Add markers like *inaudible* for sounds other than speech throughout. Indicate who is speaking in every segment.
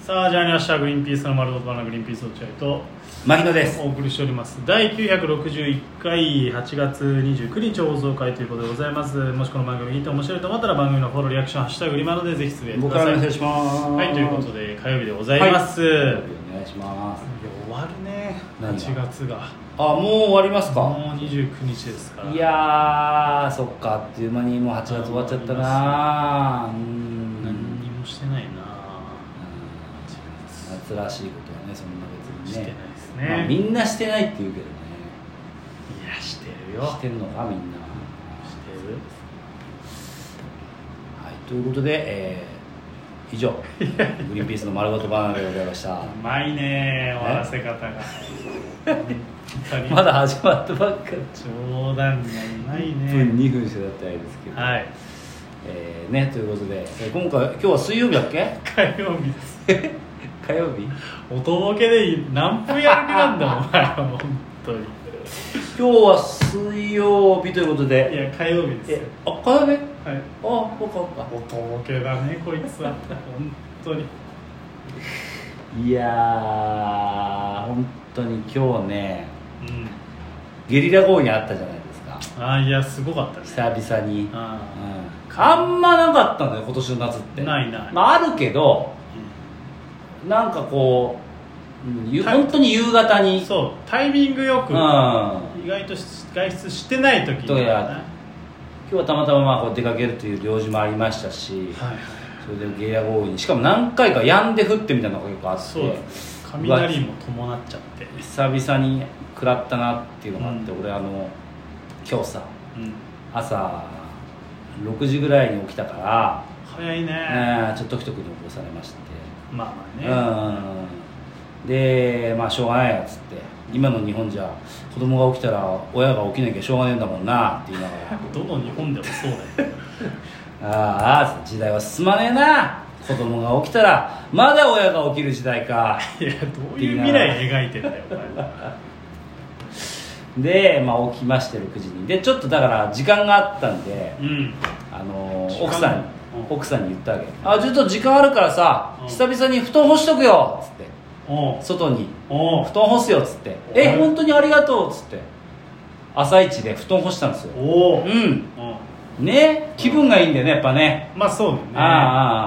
Speaker 1: さあじゃありましたグリーンピースの丸ごとバナナグリーンピース落合と
Speaker 2: 牧野です
Speaker 1: お送りしております第961回8月29日放送回ということでございますもしこの番組聞いて面白いと思ったら番組のフォローリアクション「ハッシュタググリマナ」でぜひつぶやいてく
Speaker 2: 僕
Speaker 1: だ
Speaker 2: から
Speaker 1: さい
Speaker 2: お願いします
Speaker 1: はいということで火曜日でございます、
Speaker 2: はい
Speaker 1: いや
Speaker 2: お願いします
Speaker 1: 終わるね
Speaker 2: 何が
Speaker 1: 8月が
Speaker 2: あもう終わりますか
Speaker 1: もう29日ですから
Speaker 2: いやーそっかあっという間にもう8月終わっちゃったなうーん
Speaker 1: 何にもしてないな
Speaker 2: 夏らしいことはねそんな別
Speaker 1: して
Speaker 2: に
Speaker 1: ない
Speaker 2: ね
Speaker 1: ですね、
Speaker 2: まあ、みんなしてないって言うけどね
Speaker 1: いやしてるよ
Speaker 2: してるのかみんな
Speaker 1: してる
Speaker 2: はいということで、えー以
Speaker 1: *laughs*
Speaker 2: 上グリーンピースの丸ごとバナナでございました
Speaker 1: うまいね終わらせ *laughs* 方が本当に
Speaker 2: まだ始まったばっかで
Speaker 1: 冗談がうまい
Speaker 2: 1分
Speaker 1: ね
Speaker 2: 2分しか経ってないですけど、
Speaker 1: はい
Speaker 2: えーねということで、えー今回今日は水曜日だっけ
Speaker 1: 火曜日です
Speaker 2: 火曜日
Speaker 1: お届けで何分やる気なんだお前は本当に
Speaker 2: 今日は水曜日ということ
Speaker 1: い
Speaker 2: で
Speaker 1: や火曜日ですよ
Speaker 2: えあ火曜日
Speaker 1: はい
Speaker 2: あそうかそうか
Speaker 1: お届けだねこいつは本当に
Speaker 2: いやー本当に今日ね
Speaker 1: うん
Speaker 2: ゲリラ豪雨にあったじゃないですか
Speaker 1: あいやすごかったです
Speaker 2: 久々に、うん、
Speaker 1: あ
Speaker 2: あんまなかったんだよ今年の夏って
Speaker 1: ないない
Speaker 2: まあ、あるけどなんかこう、うんゆ本当に夕方
Speaker 1: あ
Speaker 2: に
Speaker 1: そうタイミングよく
Speaker 2: うん今
Speaker 1: 意外とし外出してない時に
Speaker 2: どうや日はたまたままあこう出かけるという行事もありましたし
Speaker 1: はいはい
Speaker 2: それでゲリラ豪雨にしかも何回か止んで降ってみたいなのが結構あって
Speaker 1: そうです雷も伴っちゃって
Speaker 2: 久々に食らったなっていうのがあって、
Speaker 1: うん
Speaker 2: 俺あの今日さ
Speaker 1: うん
Speaker 2: 朝6時ぐらいに起きたか
Speaker 1: 早い
Speaker 2: ら、
Speaker 1: ね
Speaker 2: えーちょっと時々に起こされまして、
Speaker 1: まあまあね
Speaker 2: うんでまあしょうがないやっつって今の日本じゃ子供が起きたら親が起きなきゃしょうがねえんだもんなって言いなが
Speaker 1: *laughs*
Speaker 2: ら
Speaker 1: どの日本でもそうだよ
Speaker 2: ああ時代は進まねえな子供が起きたらまだ親が起きる時代か
Speaker 1: いやどういう未来描いてんだよお前
Speaker 2: で、まあ、起きまして6時にでちょっとだから時間があったんで、
Speaker 1: うん
Speaker 2: あの
Speaker 1: 時
Speaker 2: ー
Speaker 1: 間
Speaker 2: 奥さんに、
Speaker 1: うん
Speaker 2: 奥さんに言ったわけ「あちょっと時間あるからさ、
Speaker 1: うん
Speaker 2: 久々に布団干しとくよ」っつって
Speaker 1: おう
Speaker 2: 外に
Speaker 1: おう
Speaker 2: 「布団干すよ」っつって「え本当にありがとう」っつって朝一で布団干したんですよ
Speaker 1: お
Speaker 2: う
Speaker 1: うんおう
Speaker 2: ね気分がいいんだよねやっぱね
Speaker 1: まあそう
Speaker 2: あ
Speaker 1: だ
Speaker 2: あ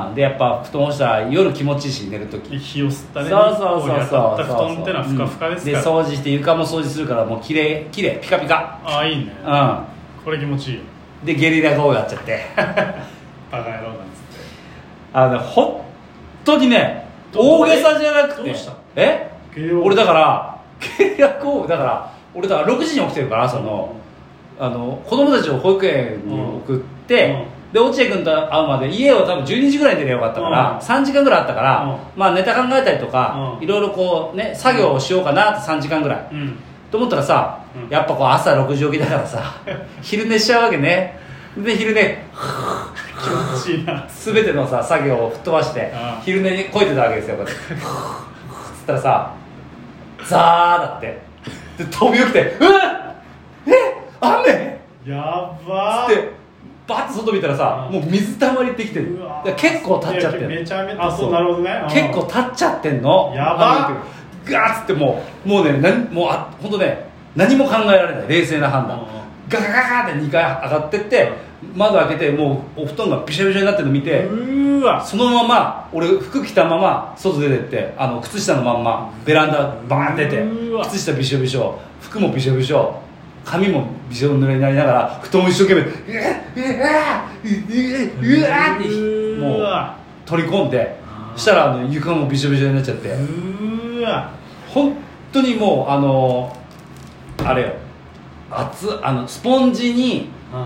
Speaker 2: ああでやっぱ布団干したら夜気持ちいいし寝るとき
Speaker 1: ね火を吸った
Speaker 2: そう
Speaker 1: ね
Speaker 2: そうそ
Speaker 1: 日
Speaker 2: う
Speaker 1: 光
Speaker 2: そう
Speaker 1: に当たった布団ってのはふかふかですから、
Speaker 2: うんで掃除して床も掃除するからもうきれいきれいピカピカ
Speaker 1: ああいいね
Speaker 2: うん
Speaker 1: これ気持ちいいよ
Speaker 2: でゲリラ豪雨やっちゃって
Speaker 1: バカ野郎なんつって
Speaker 2: *laughs* あの本当にね
Speaker 1: ど
Speaker 2: 大げさじゃなく
Speaker 1: どう
Speaker 2: て
Speaker 1: した
Speaker 2: え俺だからゲリラ豪雨だから俺だから6時に起きてるから朝のあの子供たちを保育園に送って、で落合君と会うまで家を多分12時ぐらいに出ればよかったから、3時間ぐらいあったから、まあネタ考えたりとか、
Speaker 1: うん
Speaker 2: いろいろこうね作業をしようかなって3時間ぐらい
Speaker 1: うん
Speaker 2: と思ったらさ、
Speaker 1: うん
Speaker 2: やっぱこう朝6時起きだからさ *laughs* 昼寝しちゃうわけねで昼寝
Speaker 1: 気持ちいいな
Speaker 2: 全てのさ作業を吹っ飛ばして
Speaker 1: ああ
Speaker 2: 昼寝にこいてたわけですよこうやってつったらさザーだってで飛び起きて「うわっえ雨!」っ
Speaker 1: やば
Speaker 2: つってバッて外見たらさ
Speaker 1: あ
Speaker 2: もう水たまりできてる
Speaker 1: うわ
Speaker 2: だから結構立っちゃって
Speaker 1: いやめ
Speaker 2: る
Speaker 1: ちゃめちゃあそうなるほどねうん
Speaker 2: 結構立っちゃってんの
Speaker 1: やば
Speaker 2: 雨の時ガーッつってもうもうねなんもうあ本当ね何も考えられない冷静な判
Speaker 1: うんうん
Speaker 2: 断ガガガガって2回上がってって窓開けてもうお布団がびしゃびしゃになってるの見て、
Speaker 1: うーわ
Speaker 2: そのまま俺服着たまま外出てってあの靴下のまんまベランダバーン出て
Speaker 1: うわ
Speaker 2: 靴下びしょびしょ服もびしょびしょ髪もびしょ濡れになりながら布団を一生懸命うわうわうわうわって
Speaker 1: う
Speaker 2: もう
Speaker 1: わ
Speaker 2: 取り込んで
Speaker 1: あー
Speaker 2: そしたらあの床もびしょびしょになっちゃって
Speaker 1: うーわ
Speaker 2: 本当にもうあのあれよ厚あのスポンジに
Speaker 1: 熱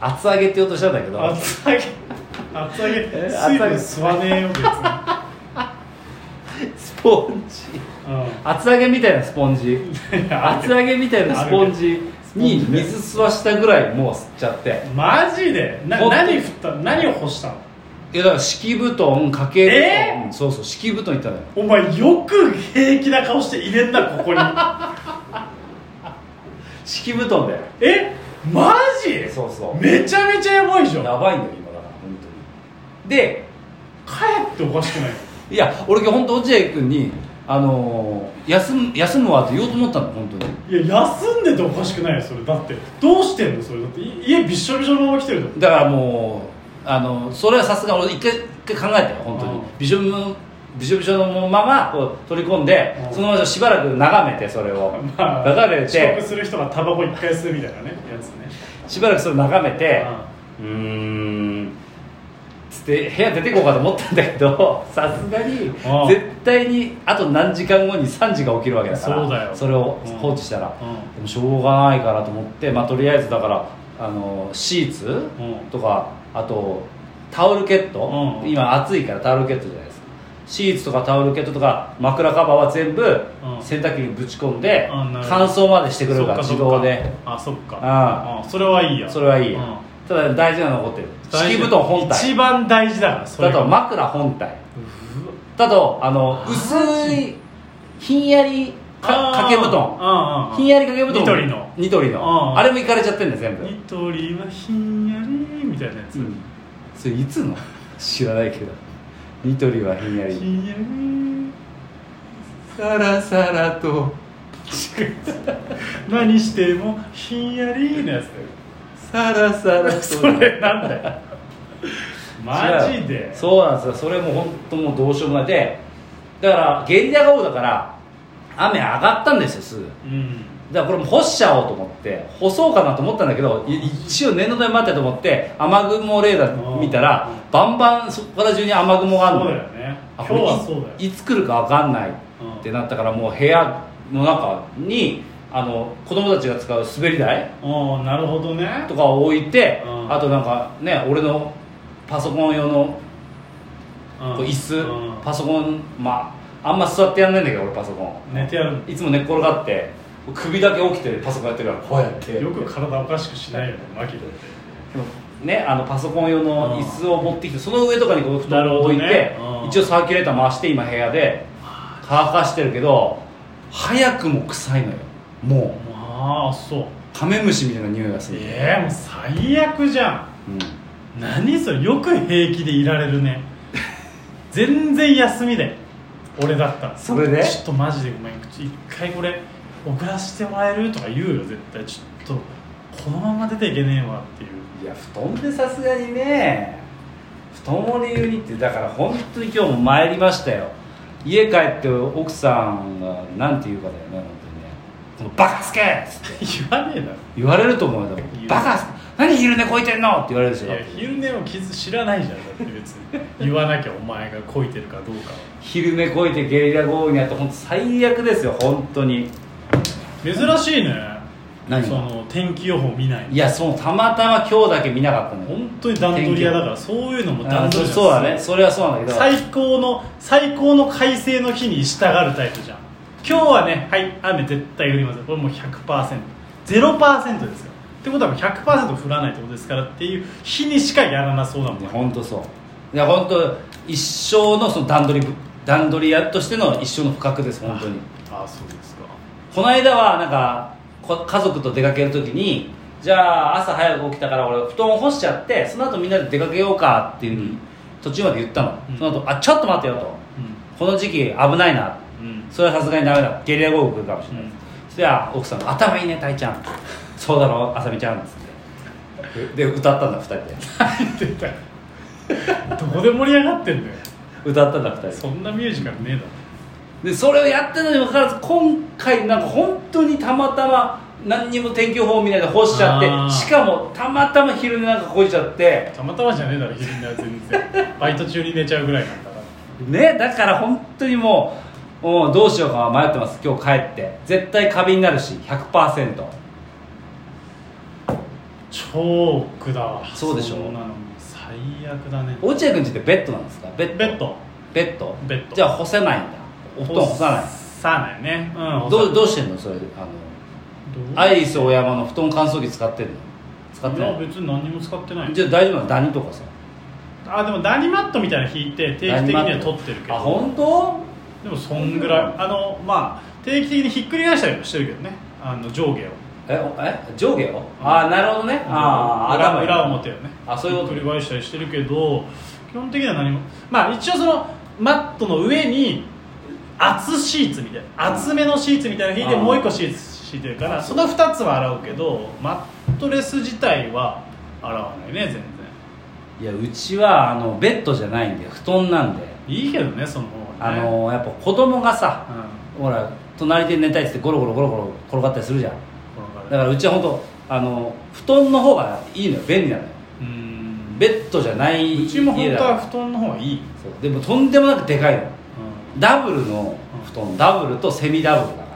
Speaker 2: 厚揚げって言おうとしたんだけど
Speaker 1: 厚揚げ厚揚げ
Speaker 2: え
Speaker 1: 水分
Speaker 2: 厚
Speaker 1: 吸わねえよ別に、
Speaker 2: スポンジ厚揚げみたいなスポンジ
Speaker 1: うんいや
Speaker 2: 厚揚げみたいなスポンジに
Speaker 1: あるけど
Speaker 2: 水吸わしたぐらいもう吸っちゃって
Speaker 1: マジでな
Speaker 2: ほんと
Speaker 1: 何振った何を干したの
Speaker 2: いやだから敷布団掛け布団、
Speaker 1: えー
Speaker 2: うんそうそう敷布団行ったのよ
Speaker 1: お前よく平気な顔して入れんなこ
Speaker 2: *laughs*
Speaker 1: こに
Speaker 2: 敷布団だよ
Speaker 1: えマジ
Speaker 2: そうそう
Speaker 1: めちゃめちゃやばいじゃん
Speaker 2: やばいんだよ今だから本当にで
Speaker 1: 帰っておかしくない
Speaker 2: いや俺今日本当落合君にあのー休む休むわって言おうと思ったの本当に
Speaker 1: いや休んでておかしくないよそれだってどうしてんのそれだってい家びっしょびしょのまま来てるの
Speaker 2: だからもうあのそれはさすが俺一回一回考えたよ本当
Speaker 1: う
Speaker 2: に
Speaker 1: ん
Speaker 2: びしょびしょびしょびしょのままこう取り込んで
Speaker 1: うん
Speaker 2: そのまましばらく眺めてそれを
Speaker 1: *laughs* まあ
Speaker 2: 眺め
Speaker 1: 遅刻
Speaker 2: て
Speaker 1: する人がタバコ一回吸うみたいなねやつね
Speaker 2: しばらくそれ眺めてうーんつって部屋出てこうかと思ったんだけど *laughs* さすがに
Speaker 1: うん
Speaker 2: 絶対にあと何時間後に3時が起きるわけだから
Speaker 1: そうだよ
Speaker 2: それを
Speaker 1: うん
Speaker 2: 放置したら
Speaker 1: うん
Speaker 2: でもしょうがないかなと思って、まあ、とりあえずだからあのシーツ
Speaker 1: うん
Speaker 2: とか、あとタオルケット、
Speaker 1: うん
Speaker 2: 今暑いからタオルケットじゃないですかシーツとかタオルケットとか枕カバーは全部
Speaker 1: うん
Speaker 2: 洗濯機にぶち込んで
Speaker 1: あなるほど
Speaker 2: 乾燥までしてくれるか
Speaker 1: そっ
Speaker 2: ら自
Speaker 1: そっ
Speaker 2: 動で
Speaker 1: あそっか
Speaker 2: あ
Speaker 1: あそれはいいや
Speaker 2: それはいいや、
Speaker 1: うん
Speaker 2: ただ大事なのは残ってる
Speaker 1: 大事
Speaker 2: 敷布団本体
Speaker 1: 一番大事だからそれ
Speaker 2: だ
Speaker 1: が
Speaker 2: と枕本体
Speaker 1: うわ
Speaker 2: だとあの
Speaker 1: マジ
Speaker 2: 薄いひんやりか
Speaker 1: あー
Speaker 2: 掛け布団
Speaker 1: うんうんうん
Speaker 2: ひんやり掛け布団
Speaker 1: ニトリの
Speaker 2: ニトリの
Speaker 1: あー
Speaker 2: あれもいかれちゃってんだよ全部
Speaker 1: ニトリはひんやりみたいなやつ、
Speaker 2: うんそれいつの知らないけどニトリはひんや
Speaker 1: ひ *laughs*
Speaker 2: り
Speaker 1: んやり
Speaker 2: さらさらと
Speaker 1: 何してもひんやりのやつだよ
Speaker 2: さらさらと
Speaker 1: それなんだよマジで
Speaker 2: そうなんですよそれも本当もうどうしようもないでだからゲリラ豪雨だから雨上がったんですよすぐ
Speaker 1: うん
Speaker 2: だからこれも干しちゃおうと思って干そうかなと思ったんだけどい一応念のため待ってと思って雨雲レーダー見たら
Speaker 1: う
Speaker 2: バンバンそこから中に雨雲がある
Speaker 1: そ
Speaker 2: の
Speaker 1: うだよね
Speaker 2: あ
Speaker 1: 今日
Speaker 2: これ
Speaker 1: はそうだよ
Speaker 2: いいつ来るか分かんないってなったからもう部屋の中にあの子供たちが使う滑り台
Speaker 1: ああなるほどね
Speaker 2: とかを置いて、
Speaker 1: うん
Speaker 2: あとなんかね俺のパソコン用の
Speaker 1: うん
Speaker 2: こう椅子、
Speaker 1: うん
Speaker 2: パソコンまああんま座ってやんないんだけど俺パソコン
Speaker 1: 寝てやるの
Speaker 2: いつも寝っ転がって首だけ起きてパソコンやってるからこうやって
Speaker 1: よく体おかしくしないよねマキだって
Speaker 2: ね、あのパソコン用の椅子を持ってきて、その上とかにこう布
Speaker 1: な
Speaker 2: 団
Speaker 1: る
Speaker 2: を
Speaker 1: ほど
Speaker 2: 置いて、
Speaker 1: ねうん
Speaker 2: 一応サーキュレーター回して今部屋で乾かしてるけど早くも臭いのよも
Speaker 1: まあそう
Speaker 2: うカメムシみたいな匂いがする、
Speaker 1: ええもう最悪じゃ
Speaker 2: うん
Speaker 1: ん何それよく平気でいられるね全然休みで俺だったら
Speaker 2: それで
Speaker 1: ちょっとマジでごめんちょ一回これ送らせてもらえるとか言うよ絶対ちょっとこのまま出ていけねえわっていう
Speaker 2: いや布団でさすがにね布団を理由にってだから本当に今日も参りましたよ家帰って奥さんがなんて言うかだよね本当にね「バカつけ!」っつって
Speaker 1: 言わねえだろ
Speaker 2: 言われると思うよ
Speaker 1: 言う
Speaker 2: バカ何昼寝こいてんの!」って言われるでし
Speaker 1: い
Speaker 2: ょ
Speaker 1: や昼寝を傷知らないじゃんだって別に言わなきゃお前がこいてるかどうかは
Speaker 2: 昼寝こいてゲリラ豪雨にあって本当最悪ですよ本当に
Speaker 1: 珍しいね
Speaker 2: 何
Speaker 1: その天気予報見ない
Speaker 2: いやそのたまたま今日だけ見なかったのよ
Speaker 1: 本当に段取り屋だからそういうのも
Speaker 2: あ
Speaker 1: 段
Speaker 2: そ
Speaker 1: 取
Speaker 2: う
Speaker 1: り屋
Speaker 2: そうだねそれはそうなんだけど
Speaker 1: 最高の最高の快晴の日に従うタイプじゃん今日はねはい雨絶対降りますこれもう 100%0% ですよってことはもう100%降らないってことですからっていう日にしかやらなそうだもんね
Speaker 2: 本当そういや本当一生のその段取り段取り屋としての一生の不覚です本当に
Speaker 1: ああそうですか
Speaker 2: この間はなんかこ家族と出かける時にじゃあ朝早く起きたから俺布団を干しちゃってその後みんなで出かけようかっていうふうに途中まで言ったの、
Speaker 1: うん
Speaker 2: その後あちょっと待ってよ」と「この時期危ないな」
Speaker 1: うんうん
Speaker 2: それはさすがにダメだゲリラ豪雨来るかもしれない、
Speaker 1: うん
Speaker 2: そしたら奥さんが「頭いいねたいちゃん」「そうだろあさみちゃん」っつってで歌ったんだ2人で
Speaker 1: 出たよどこで盛り上がってんだよ
Speaker 2: 歌ったんだ2人
Speaker 1: そんなミュージカルねえだろ
Speaker 2: でそれをやってるのにもかかわらず今回なんか本当にたまたま何にも天気予報見ないで干しちゃ
Speaker 1: あー
Speaker 2: ってしかもたまたま昼寝なんかこいちゃって
Speaker 1: たまたまじゃねえだろ昼寝は全然バイト中に寝ちゃうぐらいなんだから
Speaker 2: ねだから本当にもうもうどうしようか迷ってます今日帰って絶対カビになるし100%
Speaker 1: 超苦だわ
Speaker 2: そうでしょ
Speaker 1: んなの最悪だね
Speaker 2: 落合君ちってベッドなんですかベッド
Speaker 1: ベッド
Speaker 2: ベッド
Speaker 1: ベッド
Speaker 2: じゃあ干せないんだお布団干さない
Speaker 1: さないねうん
Speaker 2: どう
Speaker 1: ど
Speaker 2: どうしてんのそれあのアイリス大山の布団乾燥機使ってるの使って
Speaker 1: い
Speaker 2: な
Speaker 1: や
Speaker 2: い
Speaker 1: 別に何にも使ってない
Speaker 2: じゃあ大丈夫なのダニとかさ
Speaker 1: あでもダニマットみたいなの引いて定期的には取ってるけ
Speaker 2: あ
Speaker 1: ど
Speaker 2: 本当
Speaker 1: でもそんぐらいあのまあ定期的にひっくり返したりもしてるけどねあの上下を
Speaker 2: えおえ上下をああなるほどねああ
Speaker 1: 裏
Speaker 2: 頭に
Speaker 1: 裏表をね
Speaker 2: あそういうこと
Speaker 1: ひっくり返したりしてるけど基本的には何もまあ一応そのマットの上に厚シーツみたいな厚めのシーツみたいなの引いて
Speaker 2: あー
Speaker 1: もう1個シーツ敷いてるからその2つは洗うけどマットレス自体は洗わないね全然
Speaker 2: いやうちはあのベッドじゃないんで布団なんで
Speaker 1: いいけどねその方
Speaker 2: あ
Speaker 1: がね
Speaker 2: のやっぱ子供がさ
Speaker 1: う
Speaker 2: ほら隣で寝たいっつってゴロゴロゴロゴロ転がったりするじゃん
Speaker 1: んこの
Speaker 2: だ
Speaker 1: 方
Speaker 2: か
Speaker 1: がね
Speaker 2: らうちは本当あの布団の方がいいのよ便利なのよ
Speaker 1: うん
Speaker 2: ベッドじゃない家
Speaker 1: うちも本当
Speaker 2: だ
Speaker 1: は布団の方がいい、
Speaker 2: そうでもとんでもなくでかいのダブルの布団ダブルとセミダブルだか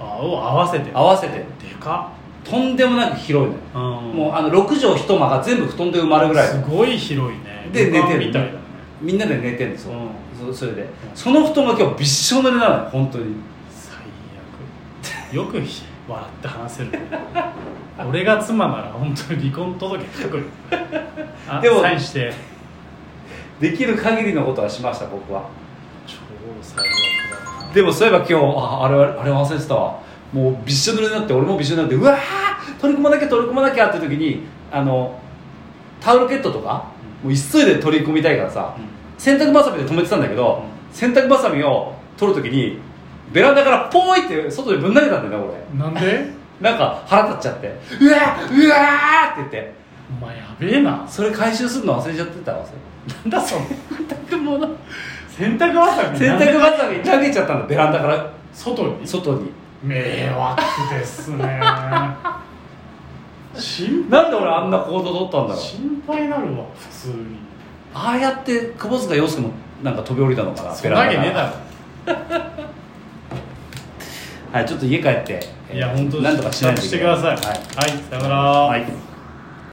Speaker 1: あを合わせて
Speaker 2: ら合わせて
Speaker 1: でか
Speaker 2: とんでもなく広いのよ
Speaker 1: っ、うん、
Speaker 2: もうあの6畳一間が全部布団で埋まるぐらい
Speaker 1: すごい広いね
Speaker 2: で
Speaker 1: 旅館
Speaker 2: 寝てる
Speaker 1: みたいだね
Speaker 2: みんなで寝てるんですよ、
Speaker 1: う
Speaker 2: そそれでその布団が今日びっしょ濡れなのよ本当に
Speaker 1: 最悪よくひ笑って話せるね俺が妻なら本当に離婚届書くよあ
Speaker 2: でも
Speaker 1: サインして
Speaker 2: できる限りのことはしました僕は
Speaker 1: 超最悪だな
Speaker 2: でもそういえば今日ああれあれ忘れてたわもうびっしょ濡れになって俺もびっしょ濡れになってうわー取り込まなきゃ取り込まなきゃって時にあのタオルケットとかもう急いで取り込みたいからさ、
Speaker 1: う
Speaker 2: 洗濯ばさみで止めてたんだけど、
Speaker 1: う
Speaker 2: 洗濯ばさみを取る時にベランダからポーイって外にぶん投げたんだよね俺
Speaker 1: んなんで
Speaker 2: なんか腹立っちゃってうわーうわーって言って
Speaker 1: お前やべえな
Speaker 2: それ回収するの忘れちゃってたわそれ
Speaker 1: なんだその洗濯物洗濯ばさみ
Speaker 2: 洗濯ばさみ投げちゃったんだベランダから
Speaker 1: 外に
Speaker 2: 外に
Speaker 1: 迷惑ですね心
Speaker 2: なんで俺あんな行動取ったんだろう
Speaker 1: 心配なるわ普通に
Speaker 2: ああやって窪塚洋介もなんか飛び降りたのかな
Speaker 1: そんなわけねえ
Speaker 2: ベラン
Speaker 1: だ
Speaker 2: ダか
Speaker 1: ろ
Speaker 2: らはいちょっと家帰って
Speaker 1: いや本当
Speaker 2: なんとかしないと
Speaker 1: 支度してください
Speaker 2: はい
Speaker 1: はい、さよなら
Speaker 2: はい